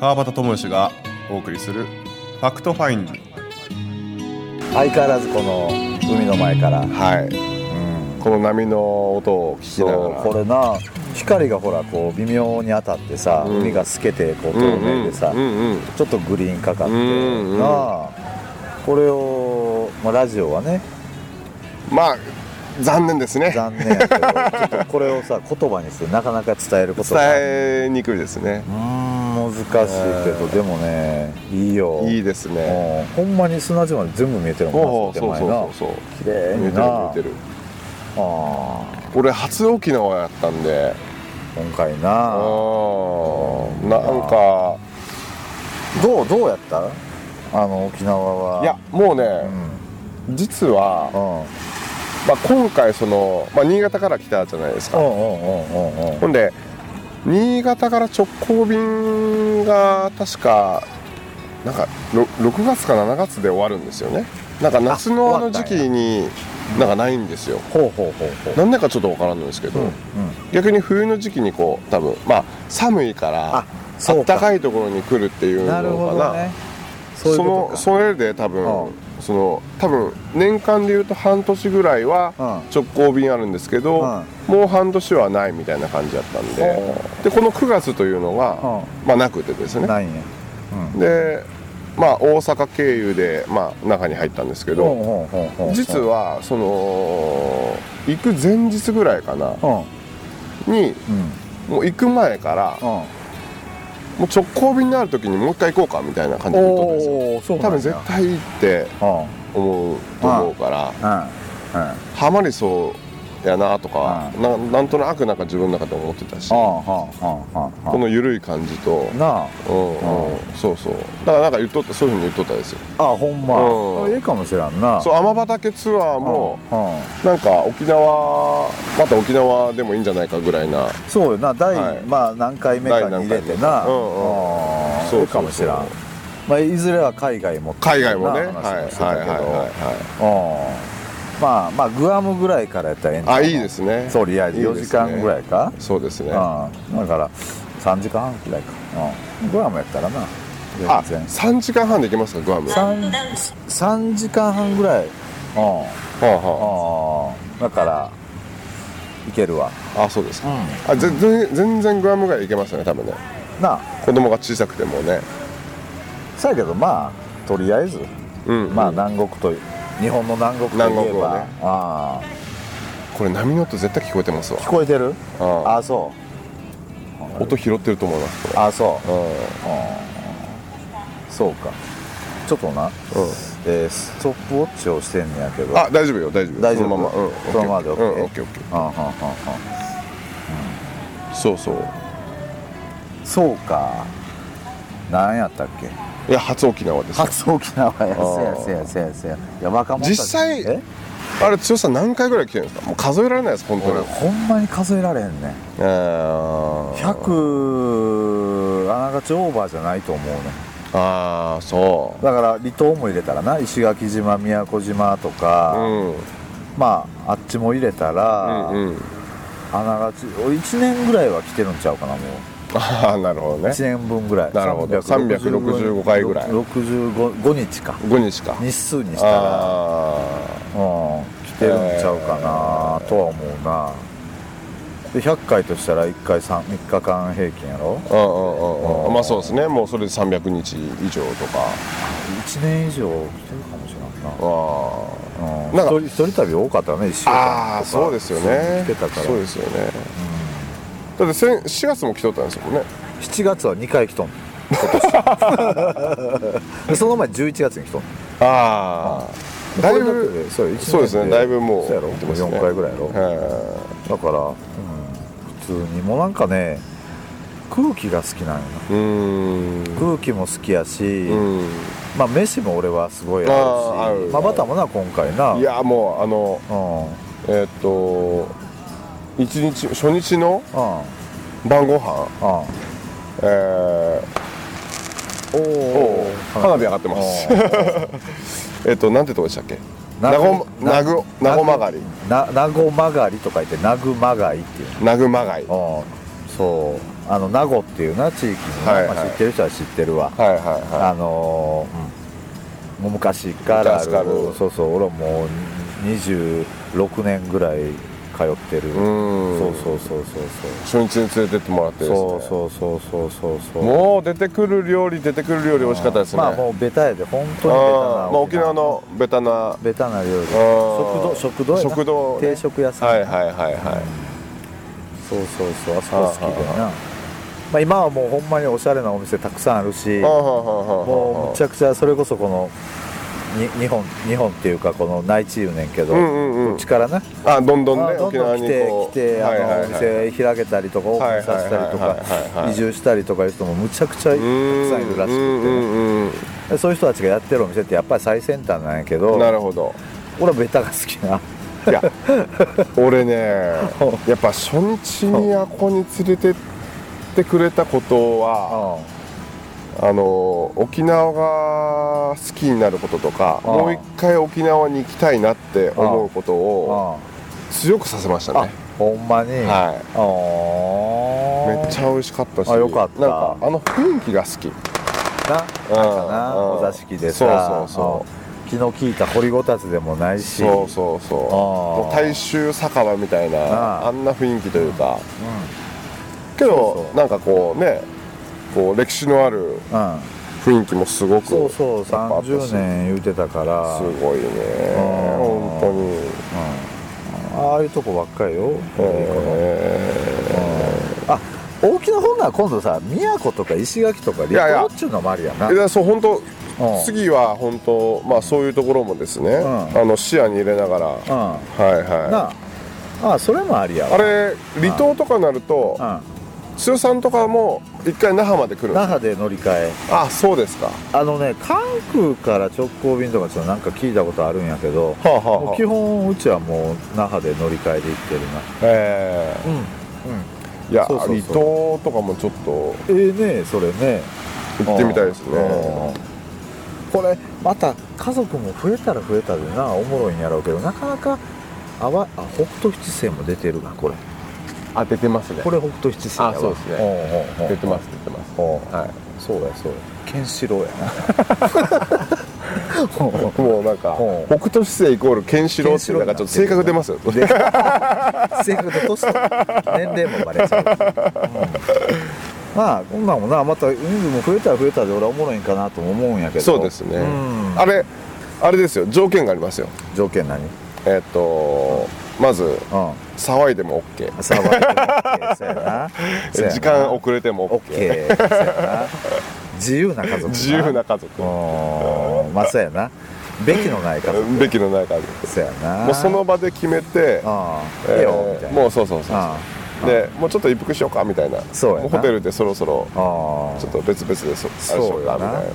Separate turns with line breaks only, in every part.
川端智義がお送りするファクトファインディ
相変わらずこの海の前から、
はい、この波の音を聞きな
そう
が
こ
ら
れな光がほらこう微妙に当たってさ、
うん
海が透けてこう透明でさ、
うんうん
ちょっとグリーンかかって、
うんうん
なあこれを、まあ、ラジオ はね
まあ残念ですね
残念やけどちょっとこれをさ言葉にしてなかなか伝えること
伝
が
えにくいですね
うーん難しいけど、でもねいいよ
いいですね
もうほんまに砂地まで全部見えてるも
お
ん
お
な手
そう
前
そう
な
そうそう
綺麗
見え
に
てる
な
見えてる
ああ
俺初沖縄やったんで
今回
あ
な
ーなんか
どうどうやったあの沖縄はい
やもう
う
ね
ん
実は
うん
まあ今回そのまあ新潟から来たじゃないです
う
か
んうんうんうんうん
ほんで新潟から直行便が確かなんかろ6月か7月で終わるんですよねなんか夏のあ
あ
の
終わ
時期
ったんや
になんかないんですよ
ほうほうほうほう
なんでかちょっとわからんのですけど、
うんうん
逆に冬の時期にこう多分まあ寒いから
あ
あ
そう
っ
か
たかいところに来るっていうのかな
なるほどねそういう
そ
こと
の
か
それで多分、
うん
その多分年間でいうと半年ぐらいは
うん
直行便あるんですけど、もう半年はないみたいな感じだったんで、でこの9月というのが、まあ、なくてですね
ないんやうん
で、まあ、大阪経由で、まあ、中に入ったんですけ
ほ
ど、
うほうほうほう
実はその行く前日ぐらいかな
うん
に
うん
もう行く前から
うん
もう直行便になる時にもう一回行こうかみたいな感じで言っとったんですよ
おおそうな
多
ん
分
や
絶対行って
うん
思うと思うから
うんうん
ハマりそうやなとかななんとなくなんか自分の中で思ってたし
ああ
こ
はあはあはあは
の緩い感じと
あなあ
うん
う
うんそうそうだからなんか言っとったそういうふうに言っとったですよ
あほんま
うん
あいいかもしらんな
そう天畑ツアーも
うんうん
なんか沖縄また沖縄でもいいんじゃないかぐらいな
そうよな第、
はい
まあ何回目かに入れて
第何回
な
目かうんうん
あー
そうそうそう
いいかもしらん、まあ、いずれは海外も
海外もねはいはい
な話もして
は
た
い
けど
はいはい
うんまあまあグアムぐらいからやったらええんちゃう
あいいですね
とりあえず
いいです
4
ね
時間ぐらいか
そうですね
うんだから3時間半ぐらいか、うんグアムやったらな
あ
全然
3時間半で行けますかグアムは
3, 3時間半ぐらいうん
あは
うんだからいけるわ
ああそうですかあ全然全然グアムぐらい行けますよね多分ね
なあ
子供が小さくてもね
そやけどまあとりあえず
うん
まあ南国とい日本の南国といえば
南国をね
あ
これ波の音絶対聞こえてますわ
あ聞こえてる
うん
ああそ
音拾ってると思います
うああそう
こ
そうかちょっとな、
れうんうん
えーストップウォッチをしてんねやけど
あ大丈夫よ大丈夫
大
そ
丈夫
のままうん
そのままで OK
うん OK OK
あはんはんはん
そうそう
そうか何やったっけ
いや初沖縄です
初沖縄や
ー
せやせやせやせやいや若者た
実
ち
際
え
あれ剛さん何回ぐらい来てるんですかもう数えられないです本当
俺
に
ほんまに数えられへんねん
あー
100あながちオーバーじゃないと思うねん
あーそ
だから離島も入れたらな石垣島宮古島と
うう
か、
ん
まああっちも入れたら、
うんうん
あながち俺1年ぐらいは来てるんちゃうかなも
ああなるほど
う
ね
1年分ぐらい
なるほど365回ぐらい
65日か
5日か
日数にしたら、
あ
うん、来てるんちゃうかなとは思うなで100回としたら1回 3, 3日間平均やろ
あうんうんうんうんまあそうですねもうそれで300日以上とか
1年以上来てるかもしれないな
あ
うん
なんか
一人一人旅多かったね1週
あ
間と
あ
か
あそうですよね
来てたから
そうですよねだって先4月も来とったんですもんね
7月は2 回来とんねん今年でその前11月に来とんね
ああ
ん
だい
これ
ぶ
けそう一年
そうですねだいぶもう
そうやろ
来て
も
ま
う
すね
4回ぐらいやろ、
え
だから、うん、普通にもうなんかね空気が好きなんよな
えうーん
空気も好きやし、
うん
まあ飯も俺はすごい合うし
あー合う
まあ、バタもな今回ない
やもうあの
うんう
え
ん
ーっと一日初日の
うん
晩ご飯
お
えーお
お
ー花火上がってます えっとなんてとこでしたっけ
な
な
ご
ごなぐなご曲がり
ななご曲がりと書いてなぐまがいっていう
なぐまがい
ああそうあの名護っていうな地域の、
はいはい
まあ、知ってる人は知ってるわ、
はいはいは
あのーうんもう昔からあ
昔
る
からある
そうそう俺はもう26年ぐらい通ってる
いうん
そうそうそうそう
初日に連れてってもらってですね
そうそうそうそうそうそう
もう出てくる料理出てくる料理美味しかったですね
まあもうベタやで本当にベタ
あ
な
ーまあ沖縄のベタなは
ベタな料理
ー
食堂食堂やな
食堂ね
定食屋
い
さん、
はいはいはい
そうそうそうあそこ好きでなまあ、今はもうほんまにおしゃれなお店たくさんあるし
あーは
も
ーはーはー
うむちゃくちゃそれこそこのに日本日本っていうかこの内地いうねんけど、
うんうんうん
こっちからね
あどんどん
まあ
ね
どん
沖
ど
縄
ん
に
来て
こう
来てあ
はいはいは
の
い
お店開けたりとかオープンさせたりと
はいはいはいはいは
か
い
移住したりとかいう人もむちゃくちゃたくさんいるら
うんう
し
ん
く
うんうん
てでそういう人たちがやってるお店ってやっぱり最先端なんやけど
なるほど
俺はベタが好きな
いや俺ねやっぱ初日にあこに連れてってくれたことは
うん
あの沖縄が好きになることとか
うん
もう一回沖縄に行きたいなって思うことを
うん
強くさせました
あ
ね
ほんまに
はい
あ
めっちゃ美味しかったし
あよかった
なんかあの雰囲気が好き
ゃ
か
ななお座敷でさ
そう
うん気の利いた掘りごたつでもないし
そうそうそうそう
あー
もう大衆酒場みたい
あ
な
ー
あんな雰囲気というか
う
け
そう
ど
そう
なんかこうねこう歴史のある
ん、うん、
雰囲気もすごく
そうそう
やっぱあったし
30年言うてたから
すごいね
あー
本当に
ああいうとこばっかりよ、
え
あ大きな本なら今度さ宮古とか石垣とか
いやい
離
や
島っちゅうのもありやな
ーいやそう本当
うん
次は本当まあそういうところもですね、
ん
あの視野に入れながら、
うん
はいは
なああそれもあり
い
や
あ
わ
れ離島とかになると
うん
通さんとかも一回那覇まで来るんで
那
す
覇で乗り換え
あそうですかは
あのね関空から直行便とかちょっとなんか聞いたことあるんやけど
あ、はあ
もう
は
基本うちはもう那覇で乗り換えで行って
あ、
る
え
な
えいや
そうそうそう
離島とかもちょっと
うん、ええねそれね
行ってみたいですね
うんこれまた家族も増えたら増えたでなおもろいんやろうけどなかなかあわあ北斗七星も出てるなこれ
あ出てますね
これ北斗七星やわ
あそうですね
ね
出てます出てますは
そうやそうやケンシロウやな
いもうなんか
うん
北斗七星イコールケンシロウっていうなんかちょっと性格出ますよ
で性格と年と年齢もバレちゃう、うんまあこんなんもなまた人数も増えたら増えたで俺はおもろいんかなとも思うんやけど
そうですね
うん
あれあれですよ条件がありますよ
条件何うん
えっとまず騒いでも OK
サ ーバー OK そうやなそうやな
時間遅れても OK
OK そうやな自由な家族
自由な家
う
族
ーんまあそうやなべきのない家族
べきのない家族
そうやな
もうその場で決めて
ああ
えー
ええよみたいな
もうそうそうそう
ああ
でもうちょっと一服しようかみたいな
そうやな
もホテルでそろそろ
ああ
ちょっと別々でそあれしようかみたいなのとか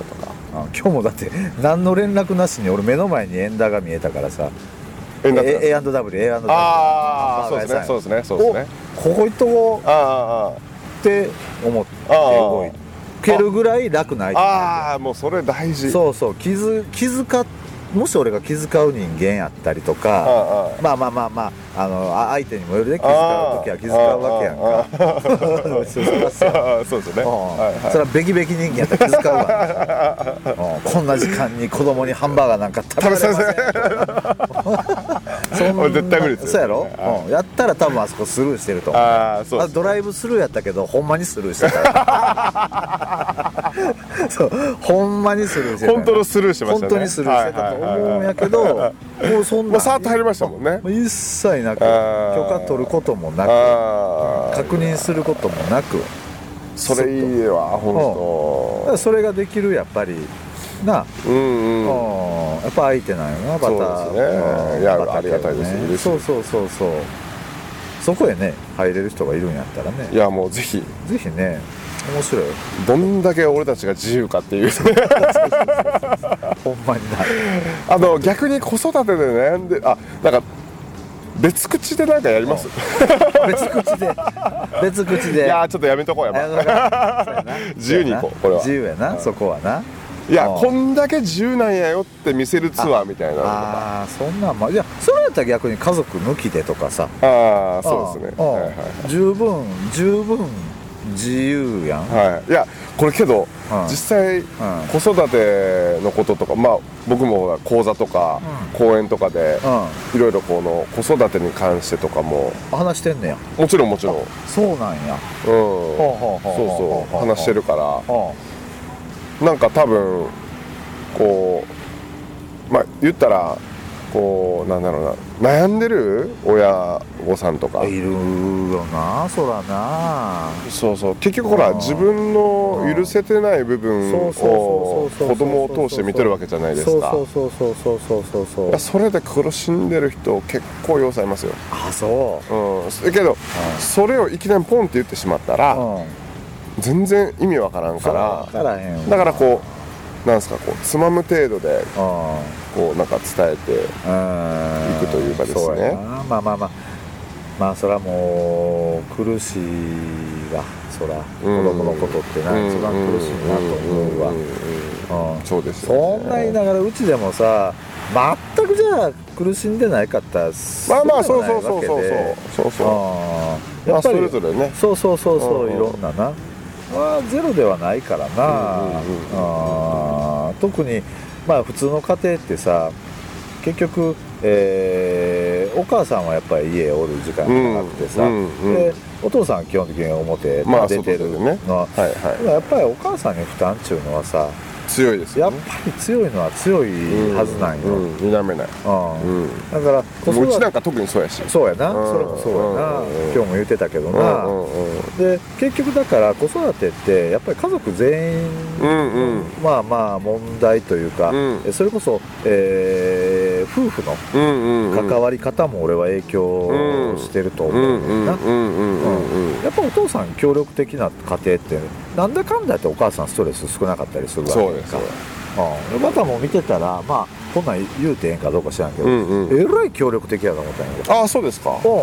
あ今日もだって何の連絡なしに俺目の前にエンダーが見えたからさ
えなってます
A&W A&W
ああそうですねそうですねそうですね
おここ行っとこ
ああ
うって思って
ああ
動いけるぐらい楽ない
ああああもうそれ大事う
そうそう気づ気づかもし俺が気遣う人間やったりとか
あ
まあまあまあまああのあ相手にもよるで気遣う時は気遣うわけやんか
か
そうそうそ う
そうですねはい
うんそれはべきべき人間やったら気遣うわ な、うんこんな時間に子供にハンバーガーなんか食べさせそんな
俺絶対無理ですよ
そうやろ、うん、やったら多分あそこスルーしてると思う
ああそう
あ
です
ドライブスルーやったけどほんまにスルーしてたから そうほんまにスルーしてた
本当のスルーしてましたね
本当にスルーしてたと思うんやけど、もうそんな
もうさーっと入りましたもんね
もう一切なく許
あー
可取ることもなく
ああ
確認することもなく
それいいわ
だ
本
からそれができるやっぱりな
当うんうん
うんやっぱ相手なんよなバター
そうですね
うん
いや
バター
ありがたいです嬉
ね
しいです
そうそうそうそうそこへね入れる人がいるんやったらね
いやもうぜひ
ぜひね面白いよ
どんだけ俺たちが自由かっていう
ほんまにな
あの逆に子育てで悩んであなんか別口でなんかやります、
別口で別口で
いやーちょっとやめとこうやばい 自由に行こうこれは
自由やなそこはない
や
うん
こんだけ自由なんやよって見せるツアーみたいなのとか
ああーそんなんまいやそれやったら逆に家族抜きでとかさ
ああーそうですね
ん
はいはい
ん十分十分自由やん、
はい、いやこれけど、
うん
実際、子育てのこととか、まあ、僕も講座とか、講演とかで、いろいろこの子育てに関してとかも
うん、話してんねや
もちろんもちろん、うん、
そうなんや
そ
ほ
う
う
そう話してるから
あ
なんか多分こうまあ言ったらこうなんだろうな悩んでる親御さんとか
あいるよなそらな
そうそう結局ほら
うん
自分の許せてない部分
そ
を
うそう
子
そうそうそうそう
供を通して見てるわけじゃないですか
そうそうそうそうそうそうそう
いやそれで苦しんでる人結構要塞いますよ、
あそ
うん、だけどそれをいきなりポンって言ってしまった
う
ら
うん
全然意味わからんか
わ
ら
からへんわ
だからこうなんですかこうつまむ程度で
うん
こうなんか伝えて
行
行くというかですね
まあまあまあまあそれはもう苦しいわそら子供のことってな一番苦しいなと思うわ
んんん
うん
そうです
そ
よね
んな言いながらうちでもさ全くじゃあ苦しんでないかったら
まあまあ
そ
そううそうそうそう
でもない
そうそうそうまあ
わけでうんやっぱ
そ
り
れぞれね
そうそうそうそう、
うんうん
いろんなな、まあ、ゼロではないから
う
な、
んうんうん
あー特にまあ普通の家庭ってさ結局、えーお母さんはやっぱり家おる時間がなくてさ、
うんうんうん
でお父さんは基本的に表
まあ
出てるのは、
はいはい
やっぱりお母さんに負担っていうのはさ
強いです
や
よ
っぱ
ね
り強いのは強いはずなん
う
よ、う
う
ん
ん否めないうん
だから子
もううち
育
なん
て
か特にそうやし
そうやな、
うん
それもそうやな、
うんうんうん
今日も言ってたけど
う
な、
んうんうん
で結局だから子育てってやっぱり家族全員、
うんうん
まあまあ問題というか、
うん
えそれこそ、えー夫婦の
うんうんうん
関わり方も俺は影響してると
う
思
んう
うん
ん
だよな、
うんうんうんうん
やっぱお父さん協力的な家庭ってなんだかんだってお母さんストレス少なかったりするわけ
そ
や
うんです
か
そうです
うん、またもう見てたらまあこんなん言うてええんかどうか知らんけど、
うんうん
えらい協力的やと思ったんやけど
ああそうですかあ
うん
あ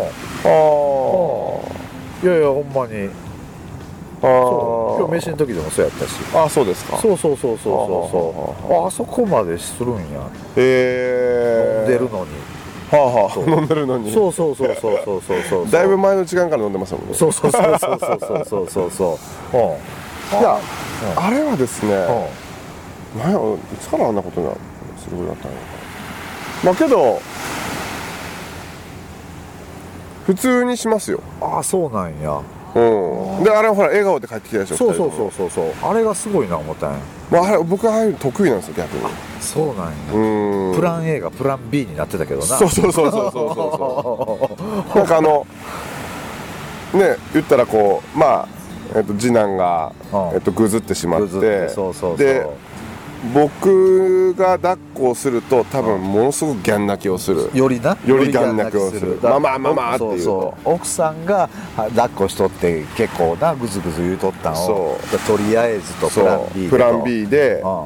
いやいやほんまに
あ
そう今
ー
日飯の時でもそうやったし
ああそうですか
そうそうそうそうそうそう
あ
ああそこまでするんや
え
飲ん
え
でるのに、
はあはあ飲んでるのに
そうそうそうそうそうそうそ う
だいぶ前の時間から飲んでますもんね
そうそうそうそうそうそうそうそ ううん
いやあれはですね
うん
なんやろいつからあんなことになすごいなったんやろまあけど普通にしますよ
ああそうなんや
うんであれはほら笑顔で帰ってきたでしょ
そうそうそううそうそうあれがすごいな思ったんや
まああれ僕はああいうの得意なんですよ逆に
そうなんや、
うん
プラン A がプラン B になってたけどな
そうそうそうそうそうそう そうなんかあのね言ったらこうまあ、えっと、次男が、
うん
えっと、ぐずってしまっ
ぐ
て
ずってそうそうそう
で僕が抱っこをすると多分ものすごくギャン泣きをする
よりな
よりガン泣きをする
だから
まあまあまあまあって
そ
いうう
そう奥さんがあ抱っこしとって結構なグズグズ言うとったんを
そう
じゃあとりあえずとプラン
そう
B でと
プラン B で
うん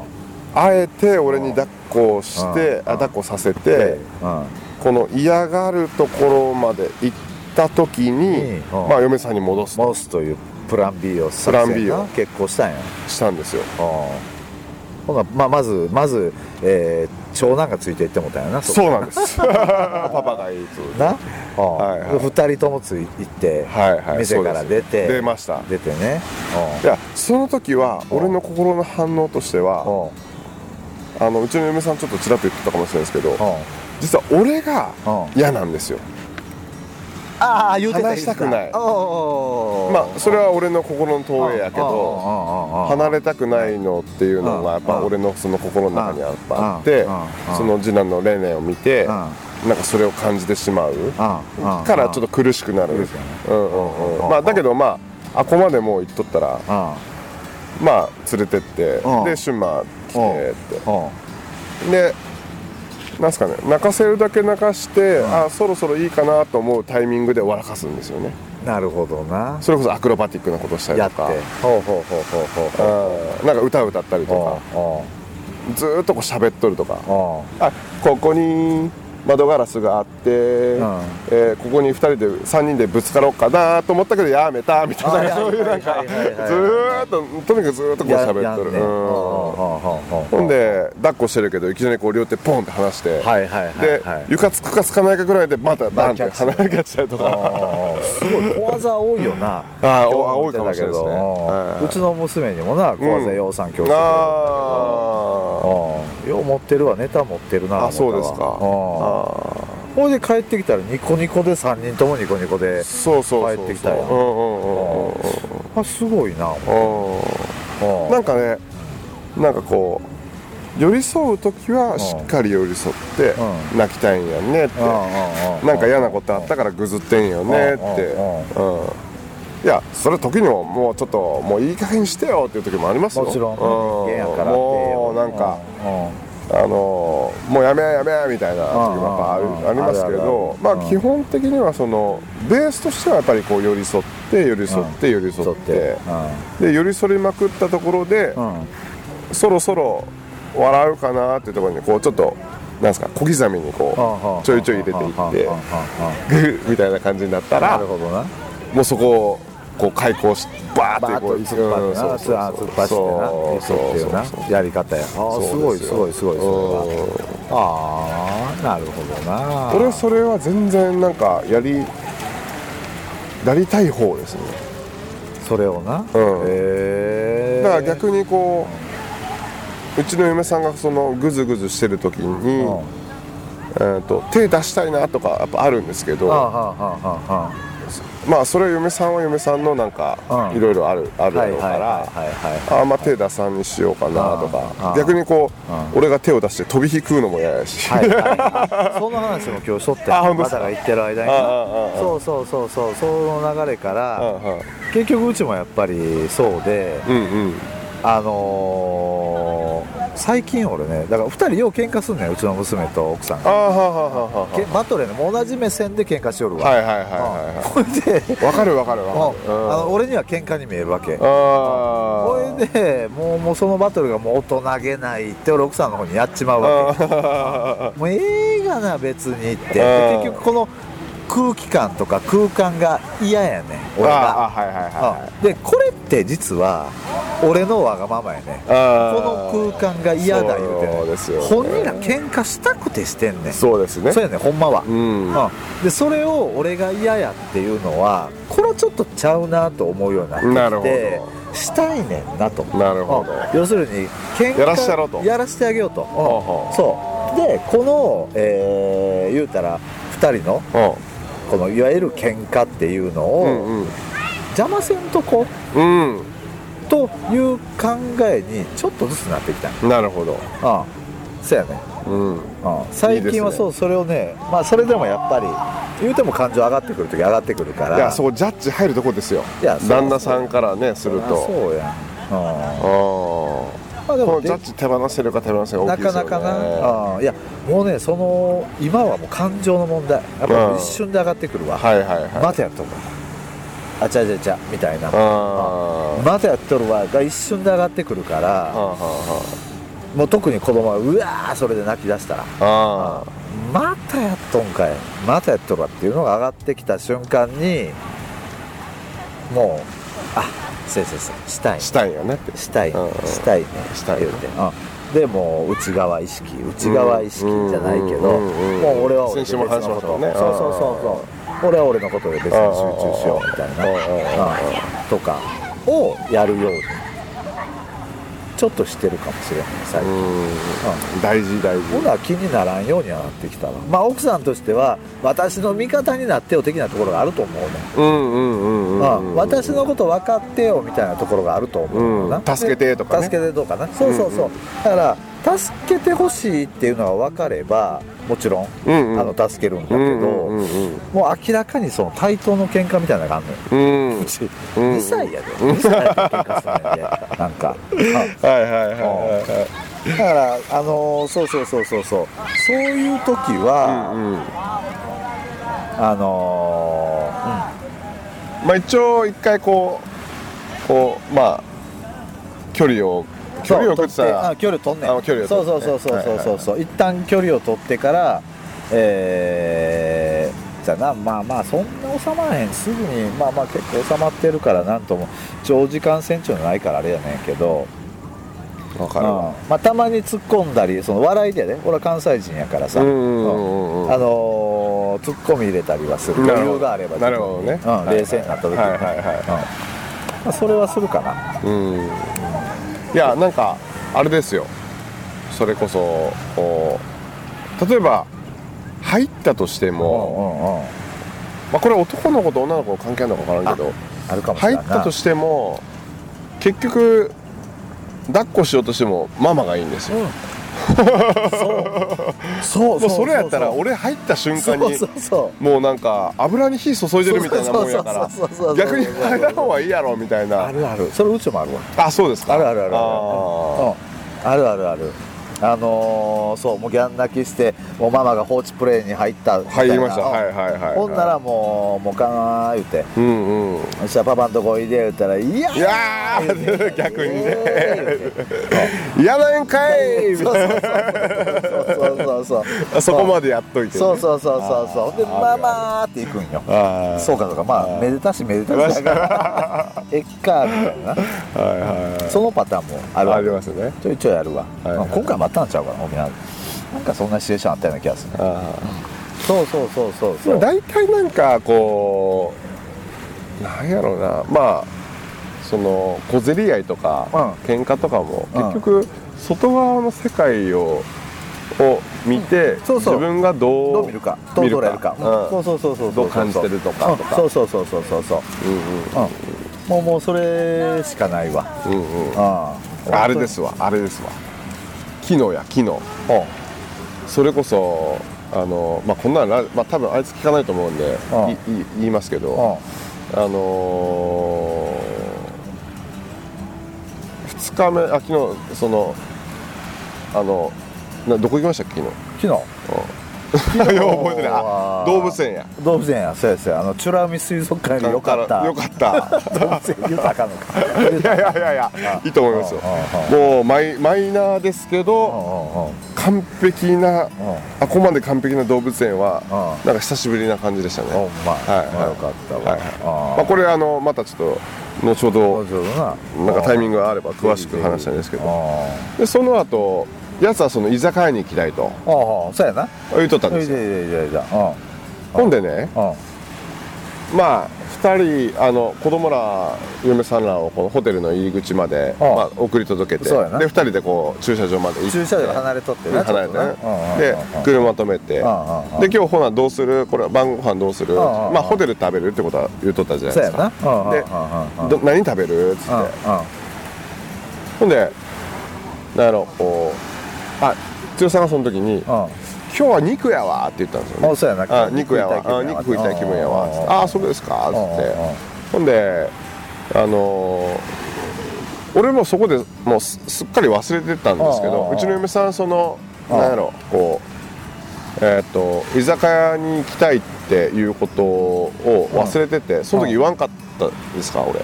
あえて俺に抱っこをして
うん
あ抱っこさせて
うん
この嫌がるところまで行った時に
うん
まあ嫁さんに戻す
戻すというプラン B を
プラン B を
結婚したんや
したんですよ
うんほな、まあ、まずまず、えー長男がついていってもたんやな
そううなんです パパがいいと
な、うん
はいはい
で二人ともつい行って、
はいはい
店から出て
出ました
出てね
いやその時は俺の心の反応として
うん
は
うん
あのうちの嫁さんちょっとちらっと言ってたかもしれないですけど
うん
実は俺が
うん
嫌なんですよ
ああ言うてた
話したくない
言うておー
まあそれは俺の心の投影やけど
ど
離れたくないのっていうのがやっ
う
ぱ
ん
俺のその心の中にやっぱあって
うんうん
その次男のレネを見て
うん
なんかそれを感じてしまうからちょっと苦しくなる
苦しくなる
うんうん
うん
う
う
んんまあだけどまああここまでもう行っとったら
あ
まあ連れてって
うん
でシュンマ来てって
あ
でなんすかね泣かせるだけ泣かしてあそろそろいいかなと思うタイミングで笑かすんですよね
なるほどな
それこそアクロバティックなことしたり
や
と
って
か
ほうほうほうほうほうほう
うんなんか歌歌ったりとか
おうおう
ずーっとこう喋っとるとか
おう
「あここに窓ガラスがあって、
ん
えーここに2人で3人でぶつかろうかなと思ったけどやめたみたいな
あー
そういうなんか
はい
ず
はいはいはい
ーっととにかくずーっとこう
や
喋ってる、
やんね
うんほ
ほ
んで抱っこしてるけどいきなりこう両手ポンって離して、
はいはいはい
で、
はい
床つくかつかないかぐらいでまたバンって
バンキャッチ
離れがちたりとか
あーすごい小技多いよな
あーお
今日
多いかもしれないですね
見てたけど
はいう
ちの娘にもな小技養蚕教室で
あー
うんよう持ってるわネタ持ってるな
あそうですか
思
あー
ったわうんほいで帰ってきたらニコニコで3人ともニコニコで
そうそうそう
帰
そ
っ
う
てきたよ
うんうんうんうん
あすごいな
うんうん
うん
なんかねなんかこう寄り添う時はしっかり寄り添って
う
泣きたいんやんねって
うんうんうんうん
なんか嫌なことあったからぐずってんよねってうんいやそれ時にももうちょっともういい加減にしてよっていう時もありますよ
もちろん
う
人間やからって
もうなんか
うんうん
あのーもうやめややめみたいな時もやっぱある
うんうんうん
ありますけれど
あるあ
ま
る
あ基本的にはそのベースとしてはやっぱりこう寄り添って寄り添って寄り添ってで寄り添いまくったところで
うんうん
そろそろ笑うかなっていうところにこうちょっとなんですか小刻みにこうちょいちょい入れていって
うんうんうん
グー みたいな感じになった
な
ら
るほどな
もうそこをこう開口しバー
バー
っ
ッ
てことう
突っ張ってな、
うんそう
あー
そう
突っ走
そう
ってな、
そうそ
や
う
っ
そう
ていうな、やり方や。あーす
そう
ごい
ですよ
ごいすごいそれ
うん
は。ああ、なるほどな。
俺それは全然なんかやりやりたい方ですね
それをな。
うん
へえ。
だから逆にこううちの嫁さんがそのグズグズしてる時に、
うん
えー、と手出したいなとかやっぱあるんですけ
あーは
ど
あはあは
まあそれは嫁さんは嫁さんのなんか
うん
いろいろあるあ
あ
る
は
だ
い
ろう
は
か
いはい
ら
はいはい。
あんま手出さんにしようかなと
あ
か
ー
逆にこう
う
俺が手を出して飛び火食うのも嫌やし
はいはい、 その話も今日しとって
あ
あ
本当で
な
すか
たが言ってる間に
あああああ
なそうそうそうそうその流れか
う
ら
んうん
結局うちもやっぱりそうで、
うんうん
あのー最近俺ねだから2人よう喧嘩すんねんうちの娘と奥さん
あー
が
はーはーはーは
け
ー
バトルやねんもう同じ目線で喧嘩しよるわ
はいは
い
いはいはいは
ほいで
いわかるわかるわ
も
か
う
るうん
あの俺には喧嘩に見えるわけ
あ
ほ
ー
いでもうもうそのバトルがもう大人げないって俺奥さんの方にやっちまうわ
あ
けもうええがな別にって
う
で
ん
結局この空気感とか空間が嫌やねん
ー
俺が
あーはいはいはいはい
うんでこれって実は俺のわがままやねん
あー
この空間が嫌だ言うてね
そうですよね
本人ら喧嘩したくてしてんねんそ
そうですね
うやねんほんまは、
うん
うんでそれを俺が嫌やっていうのはこれはちょっとちゃうなと思うようになってきて
なるほ
したいねんなと
なるほど
うん要するに喧嘩
やらしてやろうと
やらしてあげようと、うん
ほうほう
そうでこの、えー言うたら2人の
うん
このいわゆる喧嘩っていうの
う
を
ん
邪魔せんとこ
うん
という考えにちょっとずつなってきた
うんなるほど
ああそうやね
うん
ああ最近はそうそれをねまあそれでもやっぱり言うても感情上がってくる時上がってくるから
いやそこジャッジ入るとこですよ
いやそう
旦那さんからねする
ああ
と
そうやんああ
あ
まあ
あ
で
この
もで
ジャッジ手放せるか手放せるか大
な
きいで
か
すよ
な
ね
かな、ああいやもうねその今はもう感情の問題やっぱ
うん
り一瞬で上がってくるわ、
はいはいはい
待てやっとるわあちゃちゃちゃみたいな
あー
待てやっとるわが一瞬で上がってくるから、
はあは
もう特に子供はうわーそれで泣き出したら
あはあ
またやっとんかいまたやっとるわっていうのが上がってきた瞬間にもうあせいせいせいしたい
ーし
した
いよねって
たい、
うん
したいね
したい
言うて、うん、でもう内側意識内側意識じゃないけど、
うんうんうん
もう俺は俺で
先週も話しまし
こ
た
と
もんね
そうそうそうそう俺は俺のことで別に集中しようみたいな、
うんうんうん
うんとかをやるようにちょっとしてるかもしれない最
う
近、うん
ん大事大事
ほな気にならんようにはなってきたわまあ奥さんとしては私の味方になってよ的なところがあると思うね、
うんうんうんうん
まあ
うん
私のこと分かってよみたいなところがあると思うのな、
うん助けてとかね
助けてとかなそうそうそう、だから助けてほしいっていうのが分かればもちろん、
うんうん
あの助けるんだけど、
うんうんうん
もう明らかにその対等の喧嘩みたいなのがあんのよ
うんうん
うち
うん
2歳やで2歳やったら喧嘩するねんでなんかあ
はいはいはいはいはい
だからあのーそうそうそうそうそうそういう時は、
うんうん
あのー
まあ一応一回こうこうまあ距離を
うん
距離を送ってた
そう取
ら
あ距離を取んねん
あ距離を取って
そうそうそうそうそうそう、一旦距離を取ってからえー、じゃあなまあまあそんな収まらへんすぐにまあまあ結構収まってるからなんとも長時間船長じゃないからあれやねんけど、
分
う
か
ん
るわ
まあ、たまに突っ込んだりその笑いでね俺は関西人やからさ、
うんうんうんうん
あのー突っ込み入れたりはする
な
余
るほど
裕があれば
なるほどね
うん、冷静になった時に、
はいはいはい
うんまあ、それはするかな
うんいやなんかあれですよそれこそこう例えば入ったとして
う
も、
んうんうん
まあ、これ男の子と女の子関係あるのか分からんけど
あるかもしれ
入
ない
ったとしても結局抱っこしようとしてもママがいいんですよ
そう
もうそれやったら
そう
俺入った瞬
そう
間に
そうそう
もうなんか油に火注いでるみたいなもんやから
そうそうそうそうそうそう
逆に入らん方がいいやろみたいな
あるあるそれうちもあるわ
あそうですか
あるあるあるあ
あ
るあ,、うん、あるあるあるあのーそうもうギャン泣きしてもうママが放置プレイに入ったみ
ー
たいな
入りました
うん
はいはいはいはい
ほんならもうもうかなー言うて
うんうん
そしたらパパんとこおいで言うたら「いやー!」
いや
言うて
ー逆にね
え
嫌なんかい
ー言うてそうそうそうそうそうそうそう
あそこまでやっといてね
そうそうそうそうそうで「
あー
ママ!」って行くんよ
あー
そうかそうかまあめでたしめでたしだから えっかみたいな
はいはい
そのパターンもある
あ
わ
りますね
ちょいちょいあるわ、
はいはい
今回もあったんちゃうかな沖縄でなんかそんなシチュエーションあったような気がする
あ
そうそうそうそう
ー大体なんかこうなんやろうなまあその小競り合いとか、喧嘩とかも
うん
結局外側の世界をを見て、
そうそう
自分がどう
どう見るかどう捉えるか
うん
うんそうそうそうそうそ
どう感じてるとか
うん
とか
そうそうそうそうそうそう
うん
うんもうもうそれしかないわ
うんうんうん
うん
あれですわあれですわ昨日や昨日
お
それこそあの、まあ、こんなのラ、まあ、多分あいつ聞かないと思うんで、
うん
いい言いますけど、
お
あのー、2日目あ昨日そのあのなどこ行きましたっけ昨日
昨日
い や覚えてないあ
あー
動物園や
動物園やそうやそうやあのチュラミ水族館よりよかった
よかった
動物園豊かのか
いやいやいやい やいいと思いますよ
う
もうマイマイナーですけ
うん
ど
うんうん
完璧なあ
うん
ここまで完璧な動物園は
う
なんか久しぶりな感じでしたね
ほんま
はいはい
まあよかったわ
はい
あ
は
ー
いまあこれあのまたちょっと後ほど
上手な
なんかタイミングがあれば詳しく話したいんですけど
あ
でその後やつはその居酒屋に行きたいと
ーあーそうやな
言っとったん
いや
で
い
すよ
やいやいやうん
ほんでね
うん
まあ2人あの子供ら嫁さんらをこのホテルの入り口まで
ああ
まあ、送り届けてで
そうやな
2人でこう駐車場まで行って
駐車場離れとってな
離れてねで
で
車止めてで
ああああ
今日ほなどうするこれ晩ご飯どうする
ああああ
まあホテル食べるってことは言うとったじゃない
そう
で
や
すか
なうん
で
うんうんうん
ど何食べるっつって
うんうん
ほんでなんやろこうあ剛さんがその時に
うん
「今日は肉やわ」って言ったんですよね
あそうやな
あ肉やわあ肉食いたい気分やわつってああそうですかっつってほんであのー俺もそこでもうすすっかり忘れてたんですけ
うんうん
ど
うん
うちの嫁さんその
うん
なんやろこうえっと居酒屋に行きたいっていうことを忘れててその時言わんかったですか俺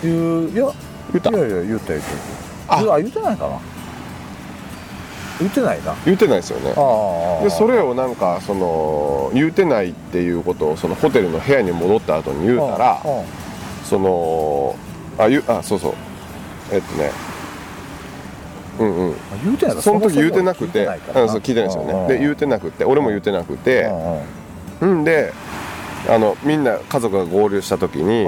ていういや
言った
いやいや言った言った
あ
あ言ってないかな言ってないなあ
言ってないですよね
あ
でそれをなんかその言うてないっていうことをそのホテルの部屋に戻った後に言うたら
うんうん
そのあゆあそうそうえっとねうんうん
あ言うてないか
その時言うてなくて
そもそも
うんそう聞いてないですよねで言うてなくて俺も言うてなくてうんであのみんな家族が合流した時に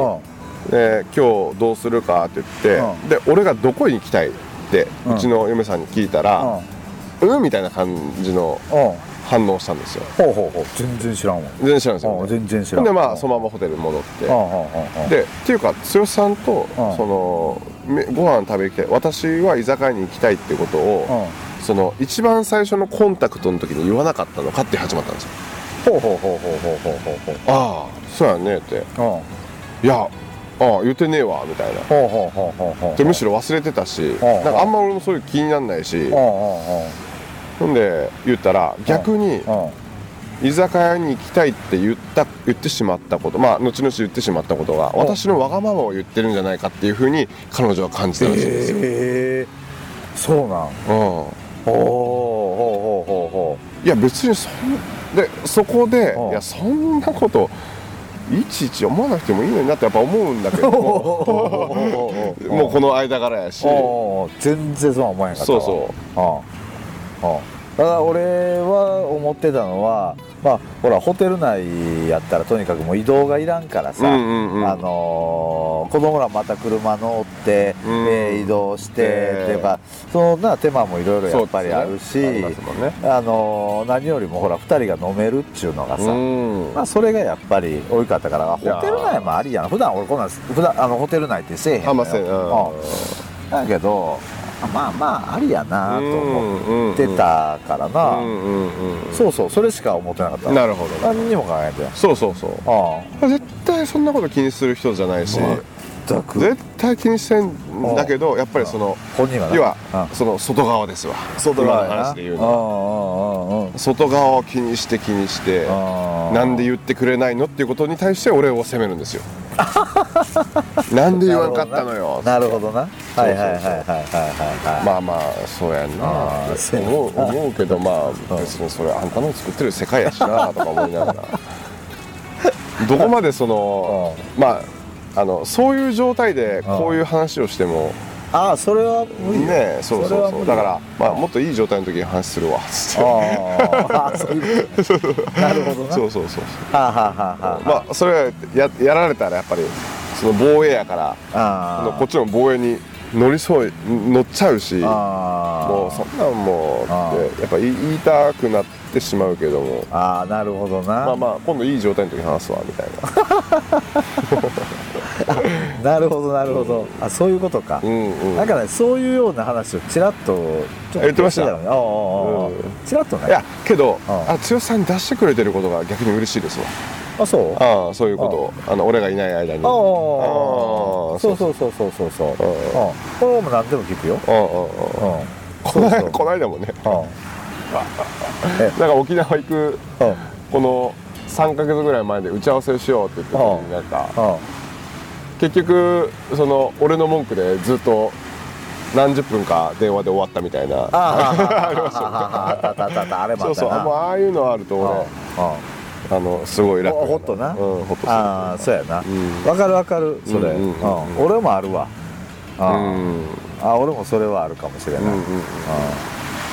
で今日どうするかって言
う
ってで俺がどこに行きたいって
うん
うちの嫁さんに聞いた
うん
らうんみたいな感じの
うんうん
反応したんですよ
ほうほうほう全然知らんわ
全然知らんですよ、
うん
ね、
全然知
ほ
ら
ん
ん
でまあそのままホテル戻っ
う
て
んうんうんうん
でっていうか剛さんとそのめご飯食べに行きたい私は居酒屋に行きたいっていうこと
う
を
ん
その一番最初のコンタクトの時に言わなかったのかって始まったんですよ
ほうほうほうほうほうほうほうほう
ああそうやねって
うんほ
いやああ言ってねえわみたいな
うほうほうほうほう
でむしろ忘れてたし
ん
なんかあんま俺もそういう気になんないし
うんうんうん
ほんで言ったら逆に
うん
居酒屋に行きたいって言った言ってしまったことまあ後々言ってしまったことが
ん
私のわがままを言ってるんじゃないかっていうふうに彼女は感じたらしいんですよ、
ええそうなん
うん
ほうほうほうほうほ
いや別にそんでそこで、
うん
いやそんなこといちいち思わなくてもいいのになってやっぱ思うんだけど も もうこの間柄やしそ
おー全然そうは思えへんか
う
ったわ
そう
うんうんただ俺は思ってたのはまあほらホテル内やったらとにかくもう移動がいらんからさ、
うんうんうん
あのー子供らまた車乗って、
うん
えー移動して、
えー
っていうかそのな手間もいろいろやっぱりある
そう
し、
ですねありますもんね
あのー何よりもほら2人が飲めるっちゅうのがさ、
うん
まあ、それがやっぱり多かったからあホ
いやー
テル内もありやな普段俺こんなん普段あのホテル内ってせえへんのよ
あんませんうん
うんだけどあまあまあありやなと思ってたから
う
な、
んうんうん
そうそうそれしか思ってなかった
なるほどね
何にも考えてない
そうそうそう
あ
絶対そんなこと気にする人じゃないし
あ全く
絶対気にしてんだけどやっぱりその
本人はな
要は
うん
その外側ですわ
外側や
今の
な
話で言うのは
うんうんうんうん
外側を気にして気にして
あー
なんで言ってくれないのっていうことに対して俺を責めるん ですよなんで言わんかったのよ
なるほどなはいはいはいはいはいはいはい
まあまあそうやん
あ
な
ーそうやな
思う思うけどまあ別にそれあんたの作ってる世界やしなとか思いながらどこまでそのまああのそういう状態でこういう話をしても
ああそれは無理よ
ねそう
れ
そ
は
う
無
そ
理
うだからまあもっといい状態の時に話するわつって
ああそういうことねなるほどな
そうそうそう
はあ、はあはあはあ、
まあそれはややられたらやっぱりその防衛やから
あ
あの
ー
こっちの防衛に乗りそう乗っちゃうし
あー
もうそんなんもう
あー
ってやっぱ言い言いたくなってしまうけども
あーなるほどな、
まあまあ今度いい状態の時に話すわみたいな
なるほどなるほどあそういうことか、
うんうん
だからねそういうような話をちらっとちょっと
言ってました
よねああああああ
うん
ちらっとね
いやけど
あ
あ剛さん出してくれてることが逆に嬉しいですわ
あそうあ
ああそういうことをあの俺がいない間に
ああああ
あ
あそうそうそうそうそうそううん
あ
これも何でも聞くよ
ああああ
うん
あこ
そう
の
そう
間この間もね
うん
なんか沖縄行く
うん
この3ヶ月ぐらい前で打ち合わせをしようって言ってた時になんか
うん
結局その俺の文句でずっと何十分か電話で終わったみたいな
あ あありましたあったあったあったあれもあ
そ
っ
う
た
そう
な
もうああいうのあると
うん
俺
うん
あのすごい楽
ほっとな
うんホッとする
ああそうやなわ、
ん
かるわかるそれ、
うんうんうん
うん俺もあるわあ
う
ー、
ん
あ俺もそれはあるかもしれない、
うんうん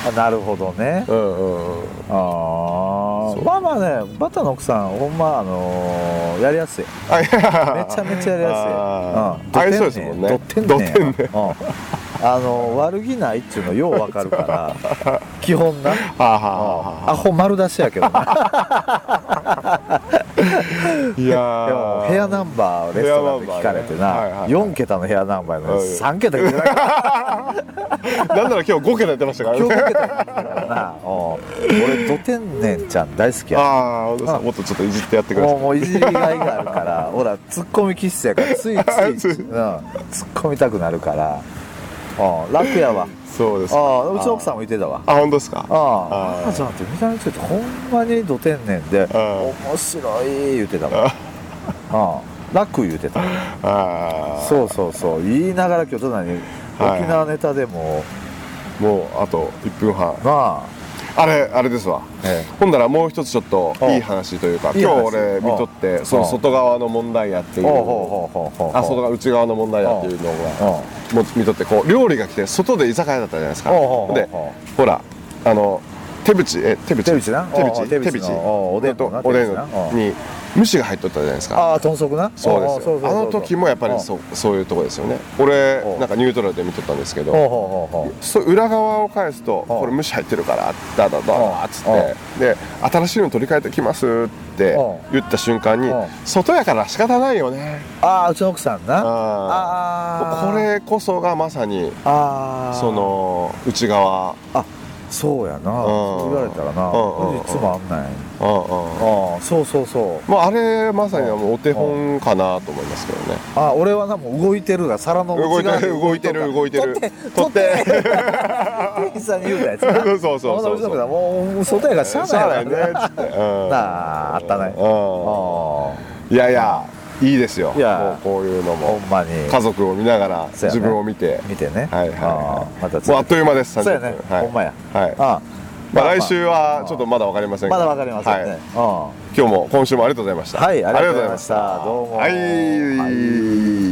あなるほどね、
うんうんうん
あ
そ
あ
う
まあまあねバターの奥さんほんまあのーやりやすい
あいや
めちゃめちゃやりや
あ
すい、
ー
うん、
合いそうですもんね
どってんねん
どってんねん
うんあのー悪気ないっちゅうのようわかるから 基本な
はあは
うん
あは
アホ丸出しやけどな
あいや
でもヘアナンバーをレストランで聞かれて
ヘアナンバーねはいはい
な、
はい
四4桁のヘアナンバーやの
はい
に3桁ぐらいから
なんなら今日5桁やってましたから
今日
ね
受けたんだからなおう俺ド天然ちゃん大好きや
ああ小田さんもっとちょっといじってやってくだ
も
さ
うもういじりがいがあるからほらツッコミ気質やから ついつい、うん、ツッコみたくなるからおう楽やわ
いそうですあ
あうちの奥さんも言ってたわ
本当ですか
ああ
あー
ちょっと待って見た目ついてほんまにド天然で
ん
面白い言ってたもんああ楽言ってた
ああ
そうそうそう言いながら今日何
はい
沖縄ネタでも、
もうあと1分半
ま
あれあれですわ
あ、え
ほんならもう一つちょっと
うん
いい話というか
いい話
今日俺見とっ
う
て
ん
その外側の問題やって
え
いう
ほうほうほうほうほう
あ外側内側の問題やっていうのが
うん
もう見とってこう料理が来て外で居酒屋だったじゃないですか
おうおうおうおう
でほらあの手口え手口
手口な
手
おうお
口
う手口のおうおでんのな
おでん
手口な
に虫が入っとったじゃないですか
ああ豚足な
そうですよあの時もやっぱり
う
そうそういうとこですよね俺
おう
なんかニュートラルで見とったんですけど
ほうほうほうほう
そう裏側を返すと「
うん
これ虫入ってるから」だだだだっつってで「新しいの取り替えてきます」って
うん
言った瞬間に
うん
「外やから仕方ないよね
ああうちの奥さんな
あ
あー
これこそがまさに
ああ
その内側
あそうやなそう言われたらな
うんうんうん
うちいつもあんない
うんうん
ああそうそうそう
まああれまさにもうお手本かなと思いますけどね
あ俺はなもう動いてるが皿の
動いてる
内側に
動いてる動いてる
取って取って店員さんに言うたやつ
そ
な
うそうそうそう
ほなうちの奥さんもう外やからしゃあ ない
し
わ
ゃあないねっつってうん
なああったね
うん
ああ
いやいやいいですよ
いや
もうこういうのも
ほんまに
家族を見ながら
そうや
自
ね
分を見て
見てね
はいはい
あ
は
あ
い
また
もうあっという間です
そうや
30
ね
分はい
ほんまや
はい
あ
まあ
まあ
来週はちょっとまだわかりませんが
まだわかりませんね、
はい
うん
今日も今週もありがとうございました
はい、ありがとうございました。どうも。
はい